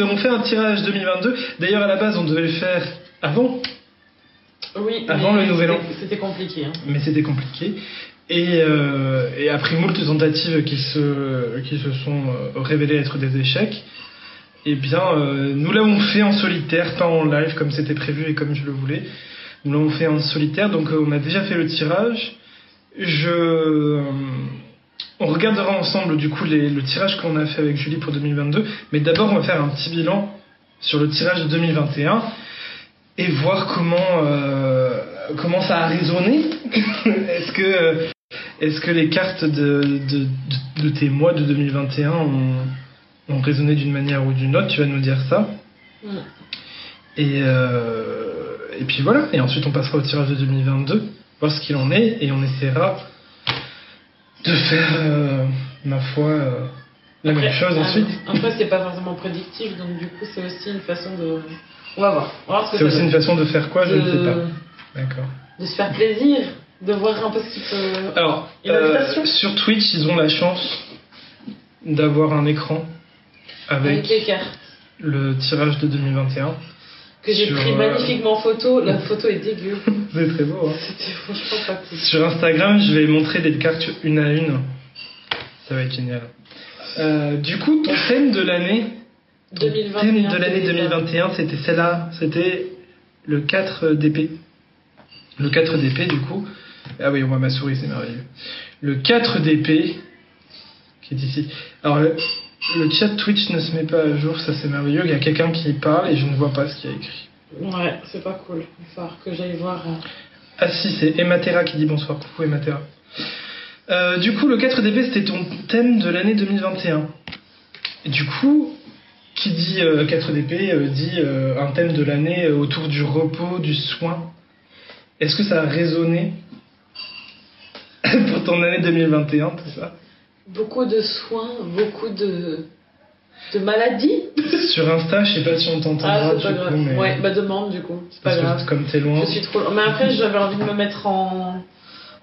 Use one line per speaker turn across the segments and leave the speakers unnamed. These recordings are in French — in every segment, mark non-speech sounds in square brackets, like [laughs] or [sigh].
avons fait un tirage 2022. D'ailleurs, à la base, on devait le faire avant,
Oui,
Avant
mais
le nouvel an.
C'était compliqué. hein.
mais c'était compliqué. Et, euh, et après moult tentatives qui se, qui se sont euh, révélées être des échecs, eh bien, euh, nous l'avons fait en solitaire, pas en live comme c'était prévu et comme je le voulais. Nous l'avons fait en solitaire, donc euh, on a déjà fait le tirage. Je... euh, On regardera ensemble du coup les- le tirage qu'on a fait avec Julie pour 2022, mais d'abord on va faire un petit bilan sur le tirage de 2021 et voir comment euh, comment ça a résonné. [laughs] est-ce que est-ce que les cartes de, de, de, de tes mois de 2021 ont, ont résonné d'une manière ou d'une autre Tu vas nous dire ça.
Mm.
Et euh, et puis voilà. Et ensuite on passera au tirage de 2022, voir ce qu'il en est et on essaiera de faire euh, ma foi euh, la même
Après-
chose
ah,
ensuite.
Après, c'est pas forcément prédictif, donc du coup, c'est aussi une façon de. On va voir. On va voir ce que
C'est
ça
aussi
donne.
une façon de faire quoi Je ne sais
Euh,
pas.
de...
D'accord.
de se faire plaisir, de voir un peu ce qu'il peut.
Alors,
Et la
euh,
station
sur Twitch, ils ont la chance d'avoir un écran
Avec
avec
les cartes.
le tirage de 2021.
Que j'ai
sur,
pris
euh,
magnifiquement en photo.
[laughs]
La photo est dégueu.
C'est très beau. hein.
C'était franchement pas cool.
Sur Instagram, je vais montrer des cartes une à une. Ça va être génial. Euh, du coup, ton thème de l'année, ton
2021.
thème de l'année
c'était-
2021, c'était celle-là. C'était le 4 d'épée. Le 4 d'épée, du coup. Ah oui, on voit ma souris, c'est merveilleux. Le 4 d'épée, qui est ici. Alors, le, le chat Twitch ne se met pas à jour, ça c'est merveilleux. Il y a quelqu'un qui parle et je ne vois pas ce qu'il y a écrit.
Ouais, c'est pas cool. Il va falloir que j'aille voir. euh,
Ah si, c'est Ematera qui dit bonsoir. Coucou Ematera. Euh, du coup, le 4 DP, c'était ton thème de l'année 2021. Et du coup, qui dit euh, 4 DP euh, dit euh, un thème de l'année euh, autour du repos, du soin. Est-ce que ça a résonné [laughs] pour ton année 2021, tout ça
Beaucoup de soins, beaucoup de. de maladies.
Sur Insta, je sais pas si on t'entendra
Ah,
du
c'est pas
coup,
grave.
mais
Ouais, bah demande du coup. C'est pas
parce
grave.
que comme t'es loin,
Je suis trop. Mais après, j'avais envie de me mettre en.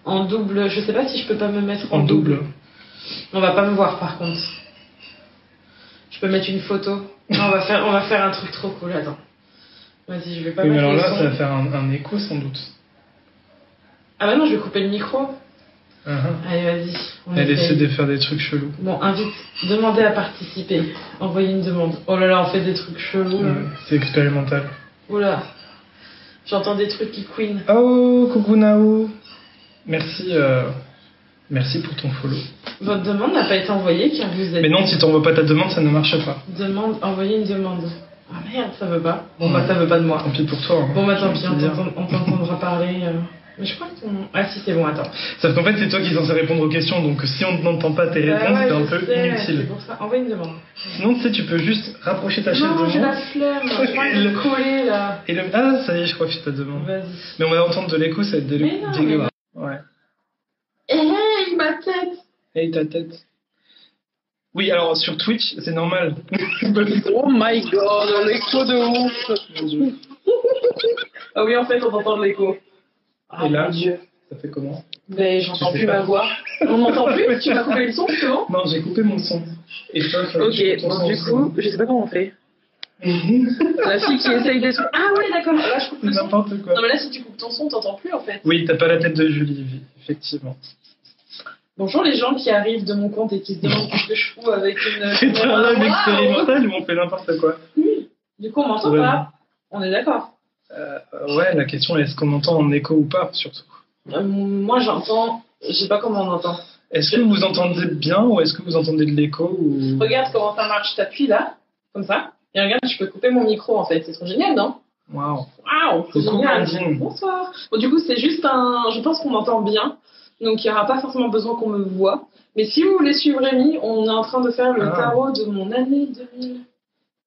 En double, je sais pas si je peux pas me mettre
en double.
On va pas me voir par contre. Je peux mettre une photo. Non, on va faire, on va faire un truc trop cool. Attends. Vas-y, je vais pas
Oui, mais
mettre
alors
le
là,
son.
ça va faire un, un écho sans doute.
Ah bah non, je vais couper le micro.
Ah, ah.
Allez, vas-y. on
Elle
essaye.
essaie de faire des trucs chelous.
Bon, invite, demandez à participer. Envoyez une demande. Oh là là, on fait des trucs chelous.
Ouais, C'est expérimental.
Oh là. J'entends des trucs qui queen.
Oh, coucou Nao. Merci, euh, merci pour ton follow.
Votre demande n'a pas été envoyée car vous êtes.
Mais non, si t'envoies pas ta demande, ça ne marche pas.
Demande, envoyez une demande. Ah merde, ça veut pas. Bon
Ouais.
bah, ça veut pas de moi.
Tant pis pour toi. hein.
Bon bah, tant
Je
pis,
veux
on
dire.
t'entend- on t'entendra parler. euh. Mais je crois que ton. Ah si, c'est bon, attends.
Sauf qu'en fait, c'est toi qui es censé répondre aux questions, donc si on n'entend pas tes
Bah
réponses,
ouais,
c'est un
je sais,
peu
C'est
inutile.
pour ça, envoie une demande.
Sinon, tu sais, tu peux juste rapprocher ta chaise
Non,
de
j'ai
moi.
la flemme, je crois
Le-
qu'il est collé là.
Et le... Ah, ça y est, je crois que c'est ta demande.
Vas-y.
Mais on va entendre de l'écho, ça va être dé-
Mais non,
dégueulasse. Ouais.
Hey, Eh, ma tête
Hey, ta tête. Oui, alors sur Twitch, c'est normal. [laughs]
Oh my god, un écho de ouf
Mon Dieu.
Ah oui, en fait, on entend de l'écho. Ah
Et là
mon dieu.
ça fait comment
Mais
Je
j'entends
sais
plus
pas.
ma voix. On m'entend plus Tu m'as coupé le son, justement
Non, j'ai coupé mon son. Et toi, ça-
Ok,
tu coupes ton
bon,
son
du
aussi.
coup, je sais pas comment on fait. La fille qui essaye des sons. Ah ouais, d'accord, là je coupe le son. Non,
N'importe quoi.
mais là, si tu coupes ton son, t'entends plus en fait.
Oui, t'as pas la tête de Julie, oui, effectivement. [laughs]
Bonjour les gens qui arrivent de mon compte et qui se demandent ce que je fous avec une. euh,
C'est un live
Waouh
expérimental où on fait n'importe quoi.
Du coup, on m'entend
Ouais.
pas On est d'accord
Euh, ouais, la question est est-ce qu'on entend en écho ou pas, surtout.
Euh, Moi j'entends, je sais pas comment on entend.
Est-ce que vous entendez bien ou est-ce que vous entendez de l'écho ou...
Regarde comment ça marche, t'appuies là, comme ça. Et regarde, je peux couper mon micro en fait, c'est trop génial, non
Waouh.
Waouh, c'est
Coucou,
génial.
Amandine.
Bonsoir. Bon, du coup, c'est juste un. Je pense qu'on m'entend bien, donc il n'y aura pas forcément besoin qu'on me voit. Mais si vous voulez suivre Rémi, on est en train de faire le
Ah.
tarot de mon année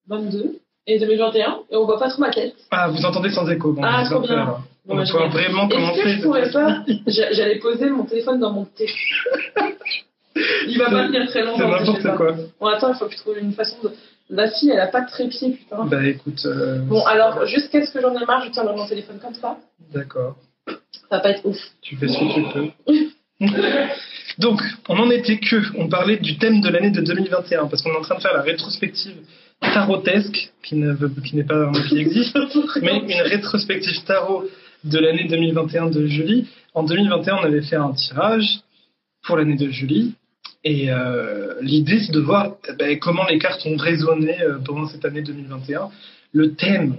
2022 et 2021, et on voit pas trop ma tête.
Ah, vous entendez sans écho. Bon,
Ah,
c'est
trop
parfait,
bien.
alors.
Bon,
on
bah,
va pouvoir
génial.
vraiment
Est-ce que
commencer.
je pourrais pas [laughs] j'a- J'allais poser mon téléphone dans mon
[laughs]
thé. Il va pas
C'est-
tenir très
C'est
longtemps. je sais
n'importe
pas.
quoi.
Bon, attends, il faut que je trouve une façon de. La fille, elle a pas de trépied, putain.
Bah écoute, euh,
Bon, alors, jusqu'à ce que j'en ai marre, je tiens dans mon téléphone comme ça.
d'accord.
Ça va pas être ouf.
Tu fais ce que tu peux. [laughs] Donc, on en était que, on parlait du thème de l'année de 2021, parce qu'on est en train de faire la rétrospective tarotesque, qui ne veut- qui n'est pas un mot qui existe, mais une rétrospective tarot de l'année 2021 de Julie. En 2021, on avait fait un tirage pour l'année de Julie. Et euh, l'idée, c'est de voir eh ben, comment les cartes ont résonné euh, pendant cette année 2021. Le thème,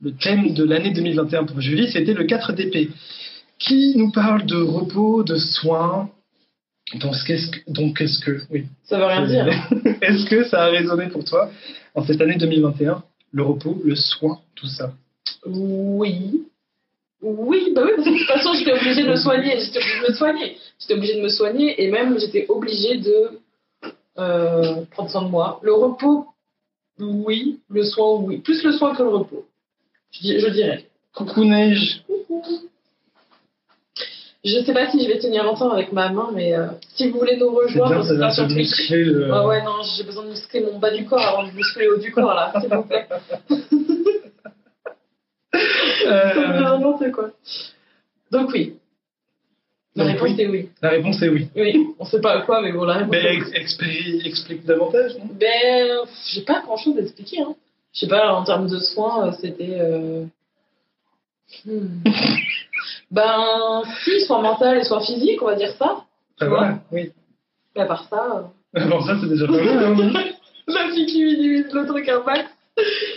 le thème de l'année 2021 pour Julie, c'était le 4 d'épée, qui nous parle de repos, de soins. Donc, qu'est-ce que, donc, qu'est-ce que, oui,
Ça veut rien dire.
[laughs] est-ce que ça a résonné pour toi en cette année 2021 Le repos, le soin, tout ça.
Oui. Oui, bah oui, parce que de toute façon, j'étais obligée de me soigner. J'étais obligée de me soigner. J'étais obligée de me soigner et même j'étais obligée de euh, prendre soin de moi. Le repos, oui. Le soin, oui. Plus le soin que le repos. Je, di- je dirais.
Coucou Neige
Je sais pas si je vais tenir longtemps avec ma main, mais euh, si vous voulez nous
C'est bien,
rejoindre,
ça
c'est
va
pas
te
sur Twitch. Ah
muscler euh. le...
Ouais, ouais, non, j'ai besoin de muscler mon bas du corps avant de muscler le haut du corps, là, s'il vous plaît. C'est
Euh,
[laughs] n'importe quoi. Donc, oui. La
Donc,
réponse
oui.
est oui.
La réponse est oui.
Oui, on sait pas à quoi, mais bon, la réponse
Mais
est oui.
ex- expli- explique davantage, non
Ben, pff, j'ai pas grand chose à expliquer, hein. Je sais pas, en termes de soins, euh, c'était. euh, [laughs] hmm. ben, si, soins mentaux et soins physiques, on va dire ça.
Ah,
Ouais.
voilà, oui. [laughs]
Mais à part ça. euh,
Alors ça, c'est déjà pas mal. hein.
La fille qui minimise le truc hein, un [laughs] max.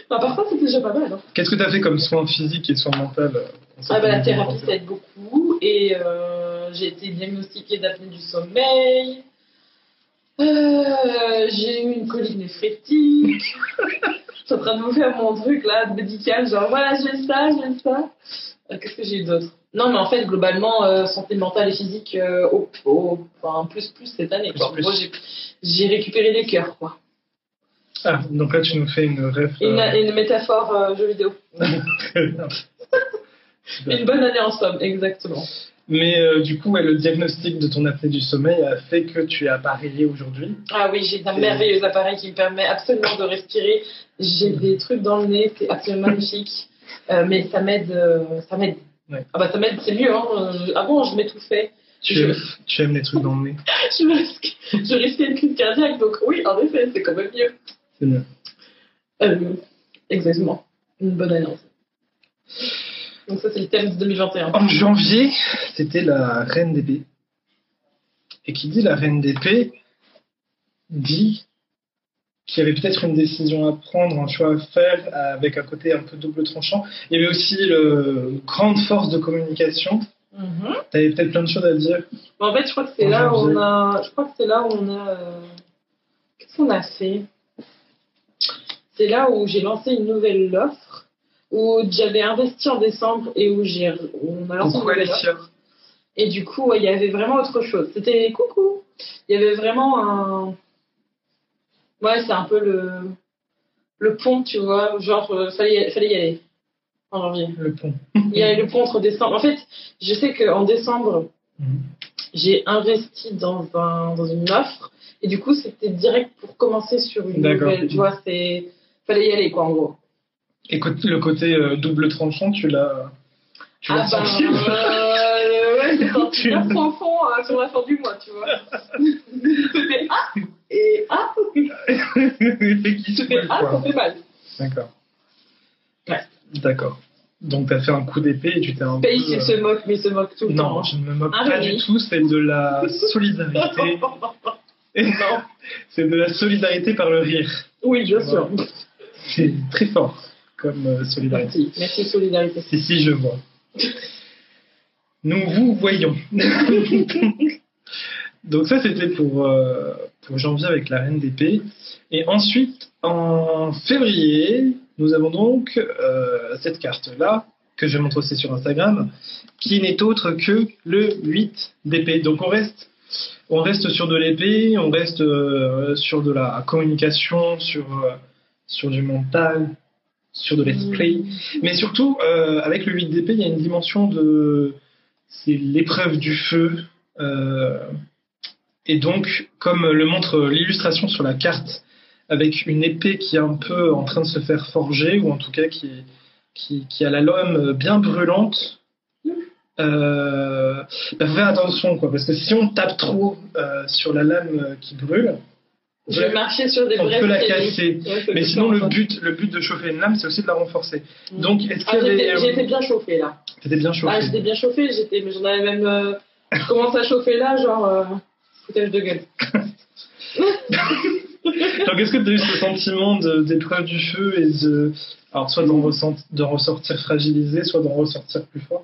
Enfin, par contre, c'est déjà pas mal. hein.
Qu'est-ce que tu as fait comme soin physique et soin mental euh, en cette
Ah bah, la
année
thérapie,
2021?
ça aide beaucoup. Et euh, j'ai été diagnostiquée d'apnée du sommeil. Euh, j'ai eu une colique néphrétique. [laughs] je suis en train de vous faire mon truc là, de médical, genre voilà, j'ai ça, j'ai ça. Euh, Qu'est-ce que j'ai eu d'autre Non, mais en fait, globalement, euh, santé mentale et physique, euh, au, au- enfin, plus, plus cette année.
Plus,
quoi. En
plus.
gros, j'ai- j'ai récupéré des cœurs, quoi.
Ah, donc là, tu nous fais une ref.
Et une,
euh,
et une métaphore euh, jeu vidéo.
[laughs] très bien. Super.
Une bonne année en somme, exactement.
Mais euh, du coup, ouais, le diagnostic de ton apnée du sommeil a fait que tu es à Paris aujourd'hui.
Ah oui, j'ai un
Et-
merveilleux appareil qui me permet absolument de respirer. J'ai des trucs dans le nez, c'est absolument magnifique. Euh, mais ça m'aide, euh, ça m'aide.
Ouais.
Ah bah ça m'aide, c'est mieux. Hein. Euh, Avant, je m'étouffais.
Tu,
Je-
aimes, tu aimes les trucs dans le nez.
Je, risque- je risquais une crise cardiaque, donc oui, en effet, c'est quand même mieux.
C'est mieux.
Euh, exactement. Une bonne annonce. Donc ça, c'est le thème de 2021.
En janvier, c'était la reine d'épée. Et qui dit la reine d'épée dit qu'il y avait peut-être une décision à prendre, un choix à faire avec un côté un peu double tranchant. Il y avait aussi le une grande force de communication.
Mhm.
Tu avais peut-être plein de choses à dire.
Mais en fait, je crois que c'est
En
là où
janvier.
on a. Je crois que c'est là où on a. euh, Qu'est-ce qu'on a fait C'est là où j'ai lancé une nouvelle offre, où j'avais investi en décembre et où j'ai. On a lancé une
Pourquoi
nouvelle
les
offre.
tirs
Et du coup, ouais, il y avait vraiment autre chose. C'était coucou. Il y avait vraiment un. Ouais, c'est un peu le. Le pont, tu vois. Genre, euh, fallait, fallait y aller. En janvier.
Le pont.
Il y a le pont entre décembre. En fait, je sais qu'en décembre,
Mhm.
j'ai investi dans, un, dans une offre. Et du coup, c'était direct pour commencer sur une
D'accord.
nouvelle. Tu vois, c'est. Fallait y aller, quoi, en gros.
Et co- le côté euh, double tranchant, tu l'as. Tu l'as
ben,
senti
euh, ouais, c'est sorti
Tu
bien
l'as-
profond euh, sur la fin du mois,
[laughs]
tu vois. C'était ah Et ah C'était
Effectivement,
ah,
quoi.
ça fait mal.
D'accord.
Ouais.
D'accord. Donc t'as fait un coup d'épée et tu t'es un peu... euh,
Pays, il se moque, mais il se moque tout le
Non,
temps.
je ne me moque
Ah,
pas du
oui.
tout, c'est de
[laughs]
la solidarité. non, [laughs] c'est de la solidarité par le rire.
Oui, bien sûr.
C'est très fort comme euh, solidarité.
[laughs] Merci. Merci, solidarité.
Si, si, je vois. Nous vous voyons. Donc ça, c'était pour, euh, pour janvier avec la reine d'épée. Et ensuite, en février, nous avons donc euh, cette carte-là, que je montre aussi sur Instagram, qui n'est autre que le 8 d'épée. Donc on reste, on reste sur de l'épée, on reste euh, sur de la communication, sur, euh, sur du mental, sur de l'esprit. Mais surtout, euh, avec le 8 d'épée, il y a une dimension de. C'est l'épreuve du feu. euh, Et donc, comme le montre l'illustration sur la carte, avec une épée qui est un peu en train de se faire forger, ou en tout cas qui, est- qui, qui a la lame bien brûlante. Euh, bah, faut faire attention quoi parce que si on tape trop euh, sur la lame euh, qui brûle
Je
Ouais.
vais marcher sur des
On
braises
peut la
qui-
casser.
Ouais, faut
Mais
que
sinon,
je
le
pense.
but, le but de chauffer une lame, c'est aussi de la renforcer.
Mm.
Donc, est-ce
Ah,
qu'il y euh,
j'étais-
avait.
J'étais bien chauffée là.
C'était bien
Ah,
chauffé.
j'étais bien chauffée, j'étais, mais j'en avais même. euh, je commence à chauffer là, genre. euh, foutage de gueule.
Donc, est-ce que tu as eu ce sentiment de- d'épreuve du feu et de. Alors, soit d'en ressent- d'en ressortir fragilisé, soit d'en ressortir plus fort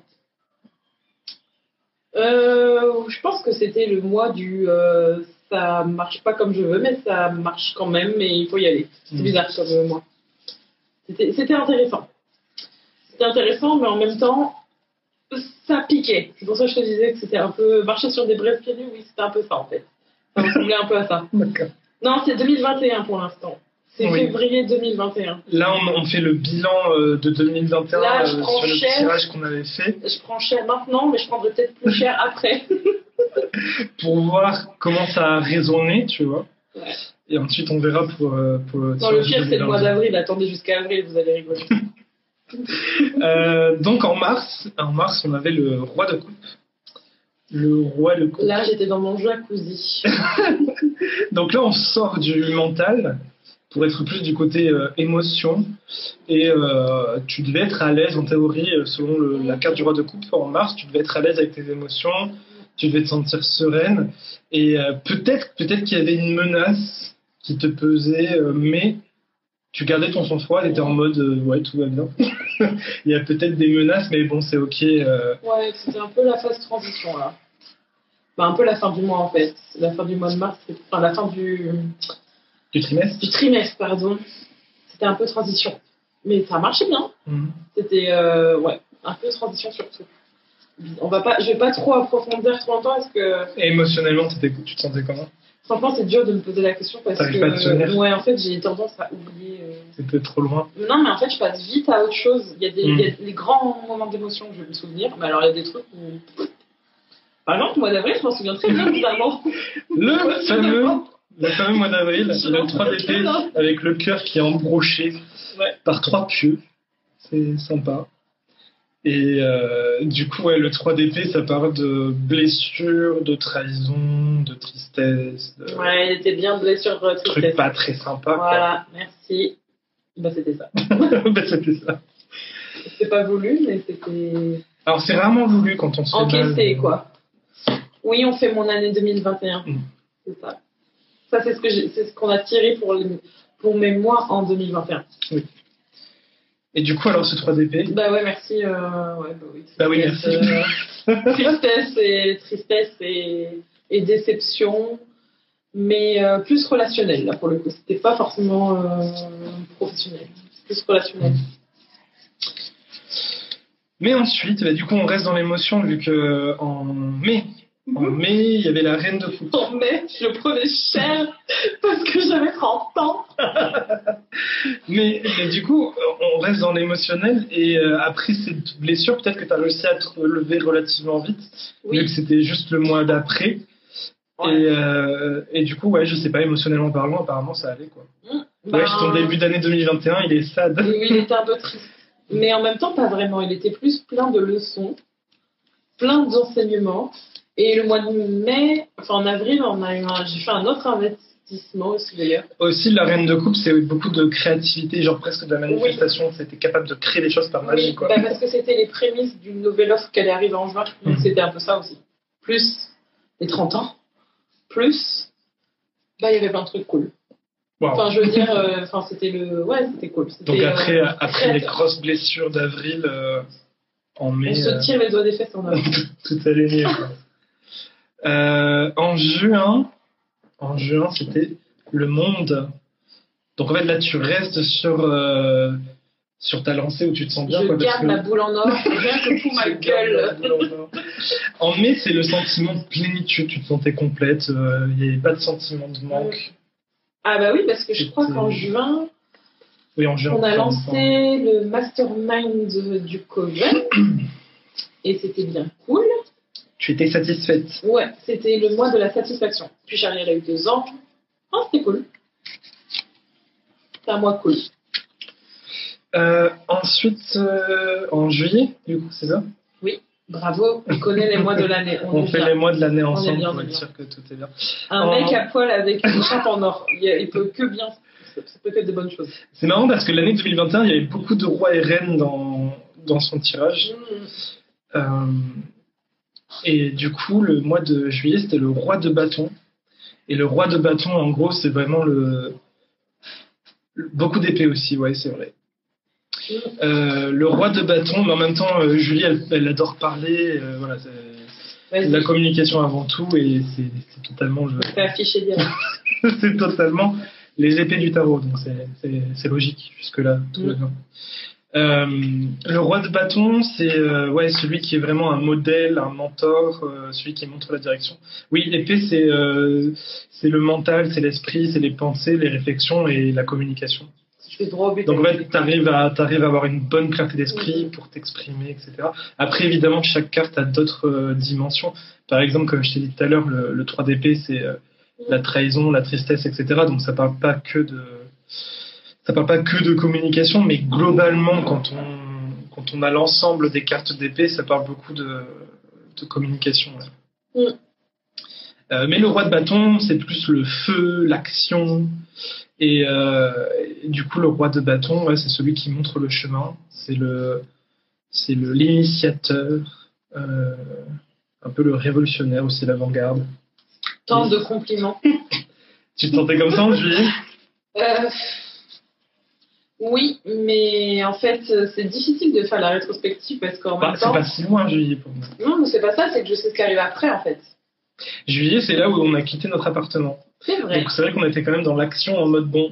Euh, je pense que c'était le mois du. euh, ça marche pas comme je veux, mais ça marche quand même, mais il faut y aller. C'est
Mm.
bizarre comme euh, mois. C'était c'était intéressant. C'était intéressant, mais en même temps, ça piquait. C'est pour ça que je te disais que c'était un peu. Marcher sur des braises pieds nus, oui, c'était un peu ça en fait. Ça ressemblait un peu à ça.
D'accord.
Non, c'est 2021 pour l'instant. C'est
Oui.
février 2021.
Là, on, on fait le bilan euh, de 2021
Là, je
euh,
prends
sur le
cher.
tirage qu'on avait fait
Je prends cher maintenant, mais je prendrai peut-être plus cher [laughs] après.
pour voir comment ça a résonné, tu vois.
Ouais.
Et ensuite, on verra pour, euh, pour le
Non, le
tirage
pire,
de
c'est le mois
2022.
d'avril. Attendez jusqu'à avril, vous allez [laughs] rigoler.
Euh, donc en mars, en mars, on avait le roi de coupe. Le roi de coupe.
Là, j'étais dans mon jacuzzi.
Donc là, on sort du mental pour être plus du côté euh, émotion. Et euh, tu devais être à l'aise en théorie, euh, selon le- la carte du roi de coupe en mars, tu devais être à l'aise avec tes émotions, tu devais te sentir sereine. Et euh, peut-être, peut-être qu'il y avait une menace qui te pesait, euh, mais tu gardais ton sang-froid, et étais en mode euh, ouais tout va bien. [laughs] Il y a peut-être des menaces, mais bon c'est ok. euh,
Ouais, c'était un peu la phase transition, là. Bah, un peu la fin du mois, en fait. La fin du mois de mars, c'est- enfin, la fin du,
du trimestre.
du trimestre, pardon. C'était un peu transition. Mais ça marchait bien.
Mhm.
C'était, euh, ouais, un peu transition surtout. On va pas, je vais pas trop approfondir trop longtemps parce que
Et émotionnellement, t'étais- tu te sentais comment
Franchement, c'est dur de me poser la question parce
T'arrives pas à te
que
souvenir.
ouais, en fait, j'ai tendance à oublier. euh.
C'était trop loin.
Non, mais en fait, je passe vite à autre chose. Il y a des,
Mm.
il y a des grands moments d'émotion que je vais me souvenir, mais alors il y a des trucs où. Par exemple, le mois d'avril, je m'en souviens très
[laughs]
bien, bizarrement.
Le fameux, le fameux mois d'avril,
[laughs] Je
le 3 d'été, avec le cœur qui est embroché
Ouais.
par trois pieux. C'est sympa. Et euh, du coup, ouais, le 3 d'épée, ça parle de blessure, de trahison, de tristesse, de
Ouais, il était bien blessure euh,
trucs
tristesse.
Euh, pas très sympas. quoi.
Voilà, merci. Bah, c'était ça.
[laughs] Bah, c'était ça.
C'était pas voulu, mais c'était.
Alors, c'est rarement voulu quand on se fait
Encaissé,
mal.
quoi. Oui, on fait mon année 2021.
Mm.
C'est ça. Ça, c'est ce que j'ai- c'est ce qu'on a tiré pour, le- pour mes mois en 2021.
Et du coup, alors, ce 3 d'épée,
Bah ouais, merci. euh, ouais, bah oui,
Bah oui,
tristesse,
[laughs]
euh, tristesse et, tristesse et, et déception, mais euh, plus relationnel, là, pour le coup. C'était pas forcément euh, professionnel, plus relationnel.
Mais ensuite, bah, du coup, on reste dans l'émotion vu que euh, en mai, en
Mhm.
mai, il y avait la reine de coupe.
En mai, je prenais cher parce que j'avais 30 ans.
Mais, mais du coup, euh, on reste dans l'émotionnel et euh, après cette blessure, peut-être que tu as réussi à te relever relativement vite vu que
Oui,
c'était juste le mois d'après.
Ouais.
Et, euh, et du coup, ouais, je sais pas, émotionnellement parlant, apparemment ça allait quoi.
bah,
Ouais, ton début d'année 2021, il est sad.
Oui, il était un peu triste. Mais en même temps, pas vraiment. Il était plus plein de leçons, plein d'enseignements. Et le mois de mai, enfin en avril, on a eu un- j'ai fait un autre investissement aussi d'ailleurs.
Aussi, la reine de coupe, c'est beaucoup de créativité, genre presque de la manifestation. C'était capable de créer des choses par magie
Oui,
quoi.
bah, parce que c'était les prémices d'une nouvelle offre qui allait arriver en juin. Donc
Mhm.
c'était un peu ça aussi. Plus les 30 ans, plus. Bah, il y avait plein de trucs cool.
Waouh.
Enfin, je veux dire, euh, enfin, c'était le. Ouais, c'était cool. C'était,
Donc
euh,
après, après les
créateur.
grosses blessures d'avril, euh, en
euh, on
mai,
se tire les doigts des fesses en
euh,
avant.
tout allait mieux. quoi. Euh, en juin, en juin, c'était le monde. Donc en fait, là, tu restes sur euh, sur ta lancée où tu te sens bien.
Je
quoi, parce
garde
que-
ma boule en or, rien
[laughs]
que pour ma
Je garde
gueule.
ma boule en or. en mai, c'est le sentiment de plénitude. Tu te sentais complète. euh, Il n'y avait pas de sentiment de manque.
Ah bah oui, parce que je
Et
crois
puis-
qu'en juin,
Oui, en juin.
on a
enfin,
lancé le mastermind du Coven. Et c'était bien cool.
Tu étais satisfaite.
Ouais, c'était le mois de la satisfaction. Puis Charlie, elle a eu deux ans. Ah, c'était cool. C'était un mois cool.
Euh, ensuite, euh, en juillet, du coup, c'est ça
Oui.
Bravo, il connaît les mois de l'année.
On,
est
fait
bien.
les mois de l'année
est
ensemble
bien,
pour
on est
être
bien.
sûr que tout est bien.
Un
Oh.
mec à poil avec une chape en or. Il, il peut que bien. Ça peut être des bonnes choses.
C'est marrant parce que l'année 2021, il y avait beaucoup de rois et reines dans, dans son tirage. Euh, et du coup, le mois de juillet, c'était le roi de bâton. Et le roi de bâton, en gros, c'est vraiment le. le- Beaucoup d'épées aussi, ouais, c'est vrai. Euh, le roi de bâton, mais en même temps, euh, Julie, elle, elle adore parler. euh, voilà, c'est-
Vas-y,
la communication avant tout, et c'est c'est totalement le.
je vais afficher direct.
[laughs] c'est totalement les épées du tarot, donc c'est- c'est c'est logique jusque-là. tout va bien. Euh, le roi de bâton, c'est euh, ouais, celui qui est vraiment un modèle, un mentor, euh, celui qui montre la direction. Oui, l'épée, c'est euh, c'est le mental, c'est l'esprit, c'est les pensées, les réflexions et la communication.
Je vais droit au but.
Donc en fait, t'arrives à, t'arrives à avoir une bonne clarté d'esprit pour t'exprimer, etc. Après, évidemment, chaque carte a d'autres euh, dimensions. Par exemple, comme je t'ai dit tout à l'heure, le, le 3 d'épée, c'est euh, la trahison, la tristesse, etc. Donc ça parle pas que de... Ça parle pas que de communication, mais globalement, quand on, quand on a l'ensemble des cartes d'épée, ça parle beaucoup de, de communication. ouais.
Mm.
Euh, mais le roi de bâton, c'est plus le feu, l'action, et, euh, et du coup, le roi de bâton, ouais, c'est celui qui montre le chemin. C'est le, c'est le l'initiateur, euh, un peu le révolutionnaire aussi, l'avant-garde.
Tant de compliments.
Tu te sentais comme ça en
[laughs]
juillet
Euh, oui, mais en fait, euh, c'est difficile de faire la rétrospective parce qu'en
Bah,
même
C'est
temps.
pas si loin juillet pour moi.
Non, mais c'est pas ça, c'est que je sais ce qui arrive après en fait.
Juillet, c'est là où on a quitté notre appartement.
C'est vrai,
Donc c'est vrai qu'on était quand même dans l'action en mode bon,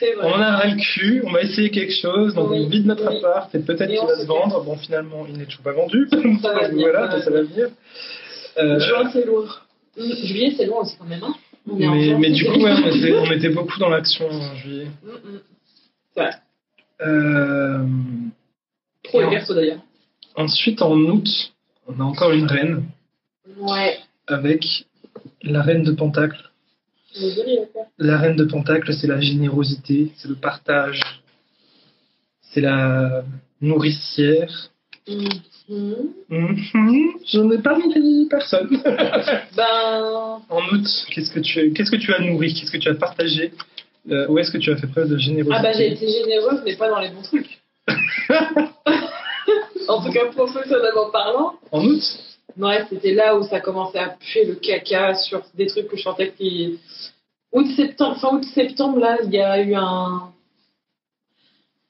c'est
on
vrai.
en a ras le cul, on va essayer quelque chose, donc
Oui,
on vide notre
oui.
appart et peut-être
Et
qu'il
on
va se
se fait.
vendre. Bon, finalement, il n'est toujours pas vendu. [laughs]
Ça va venir,
voilà,
ça va
ça va venir. Euh,
Juin, c'est loin. Mm, Juillet, c'est loin aussi quand même. hein. On est en
Mais,
juin,
mais
c'est
du
loin.
coup, ouais, on, était, on était beaucoup dans l'action en juillet.
Mm, mm.
Euh,
Pro et perso d'ailleurs.
ensuite, en août, on a encore une reine
Ouais.
avec la reine de Pentacle.
Désolée, d'accord.
La reine de Pentacle, c'est la générosité, c'est le partage, c'est la nourricière.
Mhm.
Mhm, je n'ai pas nourri personne.
Ben,
En août, qu'est-ce que tu, qu'est-ce que tu as nourri Qu'est-ce que tu as partagé Euh, Où est-ce que tu as fait preuve de générosité
ah bah j'ai été généreuse, mais pas dans les
[laughs]
bons trucs. en tout cas, professionnellement parlant.
En août
Ouais, c'était là où ça commençait à puer le caca sur des trucs que je sentais qui. Août, septembre, fin août, septembre, là, il y a eu un.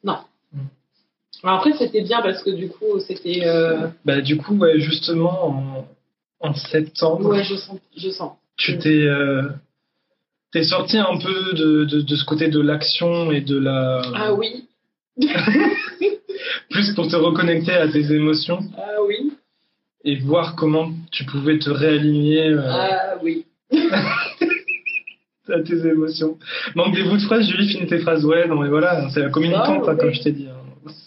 Non.
Mm.
Alors après, c'était bien parce que du coup, c'était. euh,
Bah du coup, ouais, justement, en, en septembre.
Ouais, je sens. Je sens.
tu t'es euh, t'es sorti un peu de, de, de ce côté de l'action et de la
Ah oui,
plus pour te reconnecter à tes émotions
ah oui,
et voir comment tu pouvais te réaligner euh,
ah oui.
à tes émotions. Manque des bouts de phrases, Julie finit tes phrases ouais non mais voilà c'est la communicante
Ah,
hein, comme
ouais.
je t'ai dit. hein.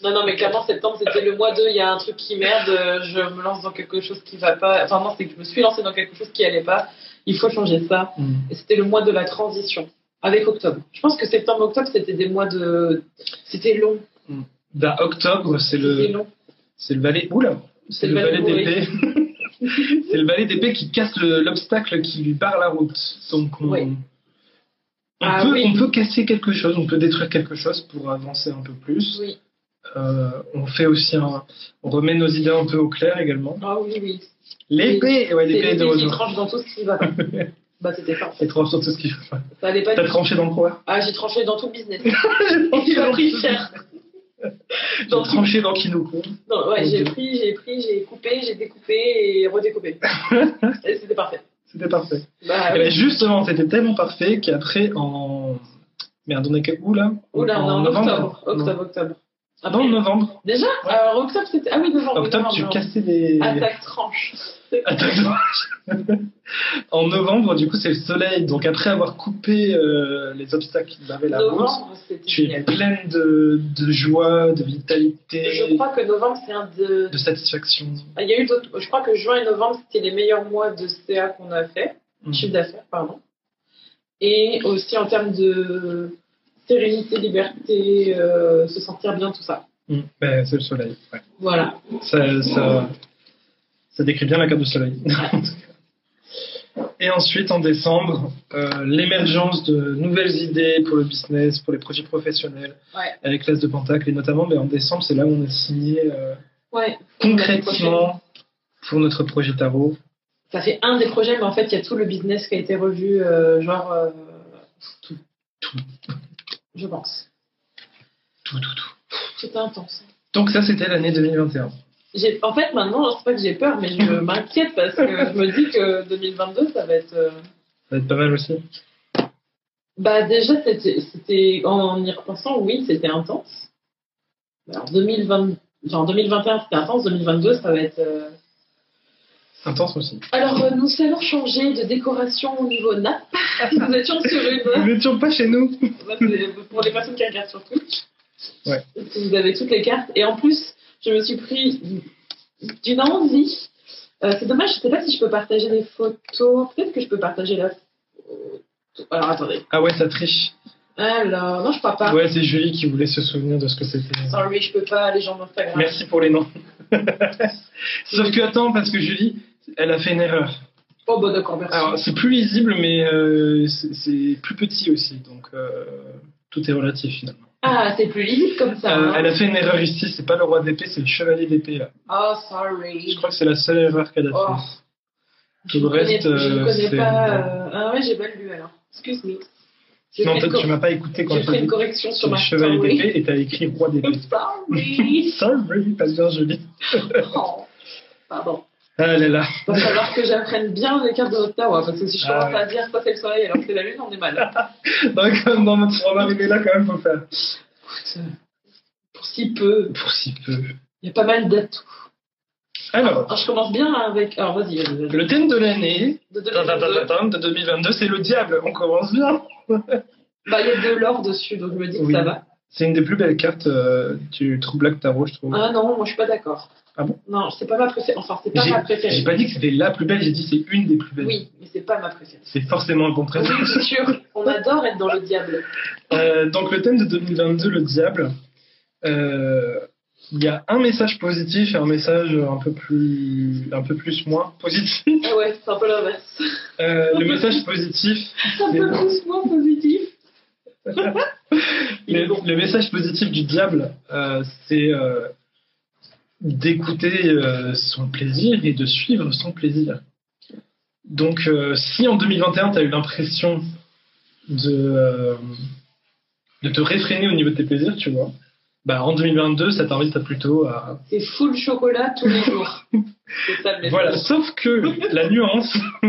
Non, non, mais clairement, septembre, c'était le mois 2, il y a un truc qui merde, euh, je me lance dans quelque chose qui va pas. Enfin, non, c'est que je me suis lancée dans quelque chose qui allait pas. Il faut changer ça.
Mm.
Et c'était le mois de la transition avec octobre. Je pense que septembre-octobre, c'était des mois de. C'était long.
Bah, octobre c'est
C'était
le
long.
c'est le ballet oula c'est le ballet
bourré.
d'épée.
[laughs]
c'est le ballet d'épée qui casse le- l'obstacle qui lui barre la route. Donc on,
Ouais.
on
Ah
peut,
oui.
on peut casser quelque chose, on peut détruire quelque chose pour avancer un peu plus.
Oui.
Euh, on fait aussi un, on remet nos idées un peu au clair également.
Ah oui, oui.
L'épée, ouais,
C'est
l'épée de
l'épée qui
Renaud.
tranche dans tout ce qui
[laughs]
va pas. bah, c'était ça.
Elle tranche sur tout ce qu'il faut.
Ça allait pas
T'as
du tout.
tranché dans quoi
Ah, j'ai tranché [laughs] dans tout
[laughs]
le business.
J'ai
J'ai pris cher. Dans tout.
tranché dans Kinoko.
Non, ouais, j'ai pris, j'ai pris, j'ai coupé, j'ai découpé et
[laughs]
redécoupé. et c'était parfait.
C'était parfait.
Bah,
Et
oui.
ben, justement, c'était tellement parfait qu'après en merde, on est que- où là
Oula,
En
non,
novembre.
octobre. Octobre, octobre.
Non, non,
Après-
novembre.
Déjà
Ouais.
Alors, octobre, c'était. Ah oui, novembre. Ah,
Octobre,
novembre,
tu
novembre.
cassais des.
Attaque tranche.
Attaque d'orage. [laughs] en novembre, du coup, c'est le soleil. Donc après avoir coupé euh, les obstacles qui barraient la route,
Novembre, c'était
tu
génial.
es pleine de, de joie, de
Je
vitalité,
crois que novembre, c'est un de.
de satisfaction.
Ah, Il y a eu d'autres. Je crois que juin et novembre, c'était les meilleurs mois de CA qu'on a fait,
Mm.
chiffre d'affaires, pardon. Et aussi en termes de sérénité, liberté, euh, se sentir bien, tout ça.
Mm. Ben, c'est le soleil. ouais.
Voilà.
Ça, ça, Ça décrit bien la carte du soleil. [laughs] Et ensuite, en décembre, euh, l'émergence de nouvelles idées pour le business, pour les projets professionnels,
Ouais.
avec l'As de Pentacle. Et notamment, ben, en décembre, c'est là où on a signé euh,
Ouais.
concrètement pour notre projet tarot.
Ça fait un des projets, mais en fait, il y a tout le business qui a été revu, euh, genre. euh, tout.
Tout.
Je pense.
Tout, tout, tout.
C'était intense.
Donc ça, c'était l'année 2021.
J'ai- En fait, maintenant, c'est pas que j'ai peur, mais je m'inquiète parce que je me dis que 2022, ça va être. euh,
Ça va être pas mal aussi.
Bah déjà, c'était, c'était- en y repensant, oui, c'était intense. Alors 2020, genre 2021, c'était intense, 2022, ça va être... euh,
Intense aussi.
Alors, euh, nous allons changer de décoration au niveau nappe. nous étions sur
Vous
[laughs] une...
n'êtes toujours pas chez nous
Ça, c'est pour les personnes qui regardent sur Twitch.
Ouais.
Vous avez toutes les cartes. Et en plus, je me suis pris d'une envie. Euh, c'est dommage, je sais pas si je peux partager les photos. Peut-être que je peux partager la photo. Alors, attendez.
Ah ouais, ça triche.
Alors, non, je crois pas.
Ouais, c'est Julie qui voulait se souvenir de ce que c'était.
Sorry, je peux pas, les gens d'Instagram.
Merci pour les noms. [laughs] Sauf que attends, parce que Julie, elle a fait une erreur.
Oh, bah d'accord, merci.
Alors, c'est plus lisible, mais euh, c'est c'est plus petit aussi, donc euh, tout est relatif finalement.
ah, c'est plus lisible comme ça.
Euh,
hein.
elle a fait une erreur ici, c'est pas le roi d'épée, c'est le chevalier d'épée là.
Oh,
Je
sorry.
crois que c'est la seule erreur qu'elle a
Oh.
faite. Tout
Je
le
connais-
reste,
je ne
euh,
connais
c'est-
pas. euh, Ah ouais, j'ai mal lu alors. Excuse me. J'ai
Non,
fait
peut-être
une
tu
cor-
m'as pas écouté quand
j'ai
je t'ai
fait une
dit
correction sur
le
ma
chevalier
story.
d'épée et t'as écrit roi d'épée.
[laughs] Sorry.
Sorry, pas bien Julie.
Oh, Pardon.
Ah là [laughs] là.
Il va falloir que j'apprenne bien les cartes de Ottawa parce que si je
Ah
commence
ouais.
à dire ça c'est le soleil alors que c'est la lune, on est mal.
Donc, dans notre, on va arriver là quand même, faut faire.
Écoute, euh, Pour si peu,
Pour si peu.
il y a pas mal d'atouts.
Alors,
Alors, je commence bien avec. Alors vas-y, vas-y, vas-y.
le thème de l'année
De
Tin, tin, tin,
2022.
tin, de 2022, c'est le diable. On commence bien.
Bah, il y a de l'or dessus, donc je me dis que
Oui.
ça va.
C'est une des plus belles cartes euh, du True Black Tarot, je trouve.
Ah non, moi je suis pas d'accord.
Ah bon
Non, c'est pas ma préférée. Enfin, c'est pas
J'ai-
ma
J'ai
préférée.
pas dit que c'était la plus belle, j'ai dit c'est une des plus belles.
Oui, mais c'est pas ma préférée.
C'est forcément un bon
[laughs] Oui,
présent.
c'est sûr. On adore être dans le diable.
Euh, donc le thème de 2022, le diable, euh, il y a un message positif et un message un peu plus, un peu plus moins positif.
Ah ouais, c'est un peu l'inverse.
Euh, le message positif,
C'est un peu plus moins positif. Il
le,
est bon.
le message positif du diable, euh, c'est euh, d'écouter euh, son plaisir et de suivre son plaisir. Donc, euh, si en 2021, tu as eu l'impression de, euh, de te réfréner au niveau de tes plaisirs, tu vois, bah, en 2022, ça t'invite à plutôt à.
C'est full chocolat tous les jours. c'est ça le message.
Voilà, sauf que la nuance, [laughs]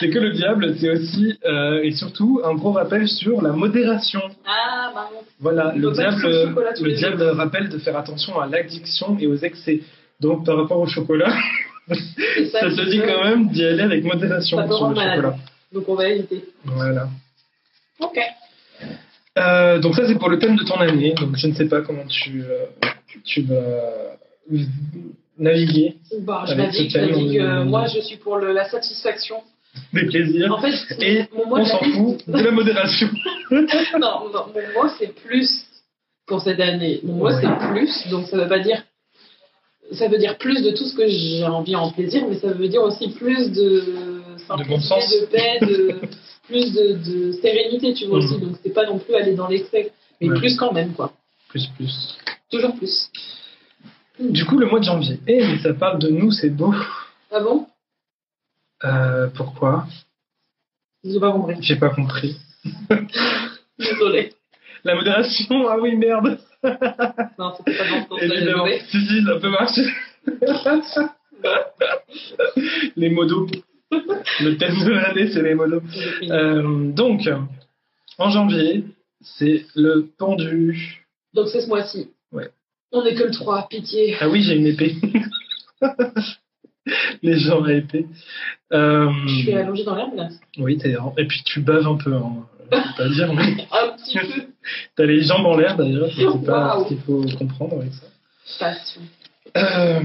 c'est que le diable, c'est aussi euh, et surtout un gros rappel sur la modération.
Ah, marrant.
Voilà,
Il
le
faut pas
diable,
toucher au chocolat tous
le
les
diable rappelle de faire attention à l'addiction et aux excès. Donc, par rapport au chocolat,
C'est
ça
le
te dit
jeu.
quand même d'y aller avec modération
Ça te
sur
rend
le
malade.
chocolat.
Donc on va éviter.
Voilà.
Ok.
Euh, donc, ça, c'est pour le thème de ton année. Donc, je ne sais pas comment tu, euh, tu vas euh, naviguer
Bon, Bah, je
Avec
navigue,
ce
je
thème,
navigue. euh,
on-
moi, je suis pour le- la satisfaction.
des plaisirs.
En fait,
Et
mon mot
On
de la
s'en fout de la modération.
non, non, mon mot c'est plus pour cette année. Mon mot
Ouais.
c'est plus, donc ça veut pas dire. Ça veut dire plus de tout ce que j'ai envie en plaisir, mais ça veut dire aussi plus de
De bon sens.
de paix,
[laughs]
de, plus de, de sérénité, tu vois
Mhm.
aussi. Donc c'est pas non plus aller dans l'excès, mais
Ouais.
plus quand même, quoi.
Plus, plus.
Toujours plus.
Du coup, le mois de janvier. Eh, mais ça parle de nous, c'est beau.
Ah bon
Euh, pourquoi
J'ai pas compris. [laughs]
J'ai pas compris.
Désolée.
La modération, ah oui, merde.
Non, c'était pas dans ce sens-là,
Évidemment.
désolée.
Si, si, ça peut marcher. [laughs] les modos. Le thème de l'année, c'est les modos.
J'ai fini.
Euh, donc, en janvier, c'est le pendu.
Donc c'est ce mois-ci.
Ouais.
On est que le 3, pitié.
Ah oui, j'ai une épée. [laughs] les gens à épée. Euh,
Je suis allongée dans l'herbe là.
oui, t'es en- Et puis tu baves un peu. Hein. Je peux pas dire, mais
Un petit peu.
t'as les jambes en l'air d'ailleurs. C'est pas
Waouh.
ce qu'il faut comprendre avec ça.
Passion.
Euh,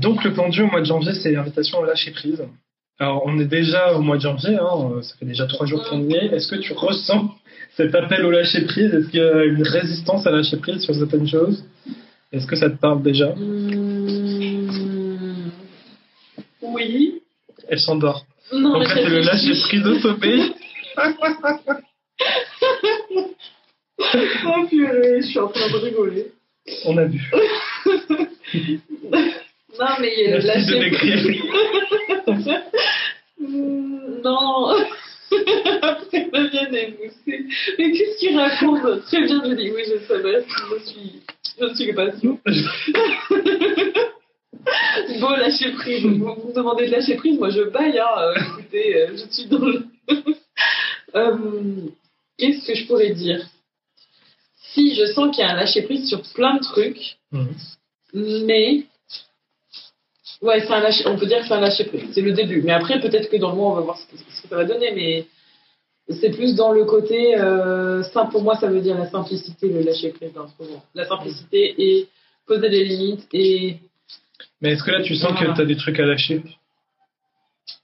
donc le pendu au mois de janvier, c'est l'invitation à lâcher prise. Alors on est déjà au mois de janvier, hein, euh, ça fait déjà trois jours qu'on y est. Est-ce que tu ressens cet appel au lâcher prise Est-ce qu'il y a une résistance à lâcher prise sur certaines
Hmm.
choses Est-ce que ça te parle déjà
Mmh.
elle s'endort.
Non,
Donc
mais
là, c'est le lâcher
réfléchis.
prise de sommeil.
Oh purée, je suis en train de rigoler.
On a vu.
Non, mais il y a
Merci
lâcher
de m'écrire.
[laughs] Hmm, Non. [laughs] Après, ma vienne est moussée. Mais qu'est-ce qu'il raconte Très bien, je dis oui, je sais pas. Je suis, je suis pas sûre. Beau lâcher prise. Vous vous me demandez de lâcher prise, moi je baille. Hein. Euh, écoutez, euh, je suis dans le. [laughs] Euh, Qu'est-ce que je pourrais dire Si je sens qu'il y a un lâcher prise sur plein de trucs,
Mhm.
mais. Ouais, c'est un lâcher... on peut dire que c'est un lâcher prise. C'est le début. Mais après, peut-être que dans le mois, on va voir ce que, ce que ça va donner. Mais c'est plus dans le côté. euh, simple. Pour moi, ça veut dire la simplicité, le lâcher prise dans ce moment. La simplicité et poser des limites et.
Mais est-ce que là, tu sens que
Voilà.
t'as des trucs à lâcher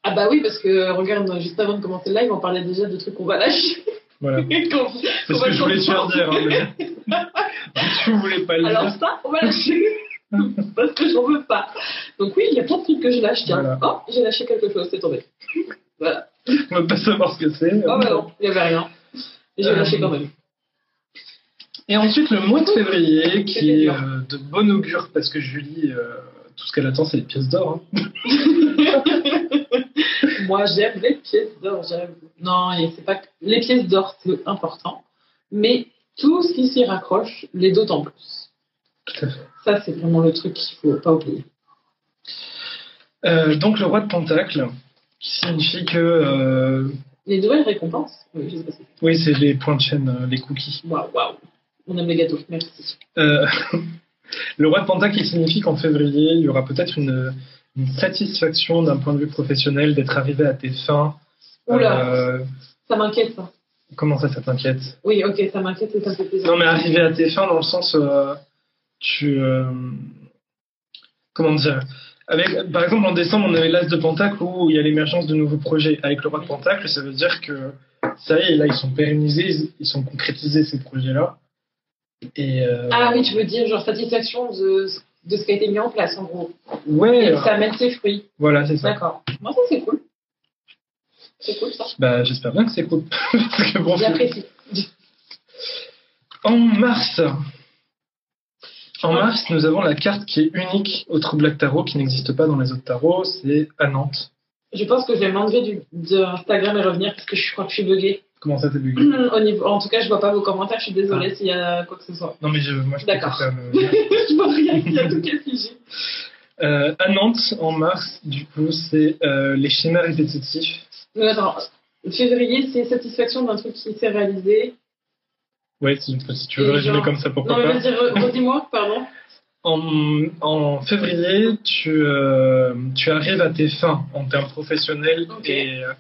Ah bah oui, parce que regarde, juste avant de commencer le live, on parlait déjà de trucs qu'on va lâcher. [laughs]
Voilà.
Qu'on-
C'est
qu'on
ce
va
que je voulais te faire
comprendre.
dire. hein, mais- [laughs] Si tu voulais pas le
Alors
dire.
ça, on va
[laughs]
lâcher. parce que j'en veux pas. Donc oui, il y a plein de trucs que je lâche. Tiens,
Voilà.
oh, j'ai lâché quelque chose, c'est tombé.
On va pas savoir ce que c'est.
Oh bah non, il n'y avait rien. J'ai
Euh,
lâché quand même.
Et ensuite, le mois de février, qui
C'était
est
dur.
euh, de bon augure, parce que Julie, euh, tout ce qu'elle attend, c'est les pièces d'or. hein.
Moi, j'aime les pièces d'or, j'aime. Non, et c'est pas que- les pièces d'or, c'est important, mais tout ce qui s'y raccroche, les d'autant plus.
Tout à
Ça, c'est vraiment le truc qu'il faut pas oublier.
Euh, donc, le roi de Pentacle, qui signifie que. euh,
Les nouvelles récompenses, oui, je sais pas si
oui, c'est les points de chaîne, euh, les cookies.
Waouh, waouh. On aime les gâteaux, merci.
Euh, [laughs] le roi de Pentacle, il signifie qu'en février, il y aura peut-être une, une satisfaction d'un point de vue professionnel d'être arrivé à tes fins.
Oula,
Euh,
ça m'inquiète, ça.
comment ça, ça t'inquiète
Oui, ok, ça m'inquiète et ça me fait plaisir.
Non, mais arriver à tes fins dans le sens. euh, tu. euh, comment dire avec, par exemple, en décembre, on avait l'As de Pentacle où il y a l'émergence de nouveaux projets. Avec le roi de Pentacle, ça veut dire que ça y est, là, ils sont pérennisés, ils, ils sont concrétisés, ces projets-là. Et, euh,
Ah oui, tu veux dire, genre, satisfaction de, de ce qui a été mis en place, en gros.
Ouais,
Et
euh,
que ça mène ses fruits.
voilà, c'est ça.
D'accord. Moi, ça, c'est cool. C'est cool, ça.
Bah, j'espère bien que c'est cool. [laughs] Parce que bon,
J'apprécie.
en mars, en mars, nous avons la carte qui est unique au True Black Tarot, qui n'existe pas dans les autres tarots. C'est à Nantes.
Je pense que je vais m'enlever du, de Instagram et revenir parce que je crois que je suis buggée. [clears throat]
Comment ça t'es bugué
Au niveau, en tout cas, je vois pas vos commentaires, je suis désolée
Ah.
s'il y a quoi que ce soit. [laughs]
Non, mais je, moi, je peux
D'accord.
pas faire euh, le-
je vois rien, il y a tout qui est figé.
Euh, à Nantes, en mars, du coup, c'est euh, les schémas répétitifs.
Mais attends, février, c'est satisfaction d'un truc qui s'est réalisé.
Ouais, si, si tu veux
Et
résumer
genre-
comme ça, pourquoi
Non, mais
pas.
vas-y, re- redis-moi, pardon.
En, en février, tu, euh, tu arrives à tes fins en termes professionnels
Ok.
et, euh,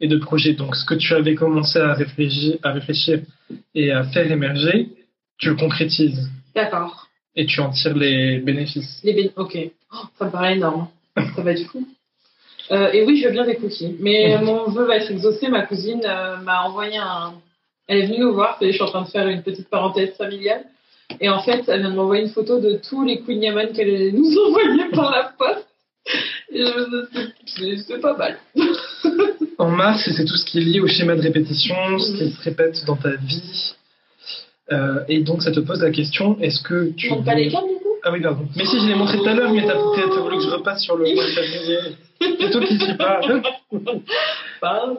et de projet. Donc, ce que tu avais commencé à réfléchir, à réfléchir et à faire émerger, tu le concrétises
D'accord.
et tu en tires les bénéfices.
Les béni- Ok. Oh, ça me paraît énorme. Ça va être fou. Euh, et oui, je veux bien des cookies. Mais mon vœu va être exaucé. Ma cousine euh, m'a envoyé un. Elle est venue nous voir. Je suis en train de faire une petite parenthèse familiale. Et en fait, elle vient de m'envoyer une photo de tous les Queen Yaman qu'elle nous [laughs] envoyait par la poste. Et je me suis dit, C'est pas mal.
En mars, c'est tout ce qui est lié au schéma de répétition, ce
Mhm.
qui se répète dans ta vie. Euh, et donc, ça te pose la question est-ce que tu.
Tu montes pas les câbles du coup
Ah oui, pardon. Mais si, je l'ai montré tout à l'heure, mais t'as t'as- t'as voulu que je repasse sur le mois de février. C'est toi qui suis pas.
Pardon.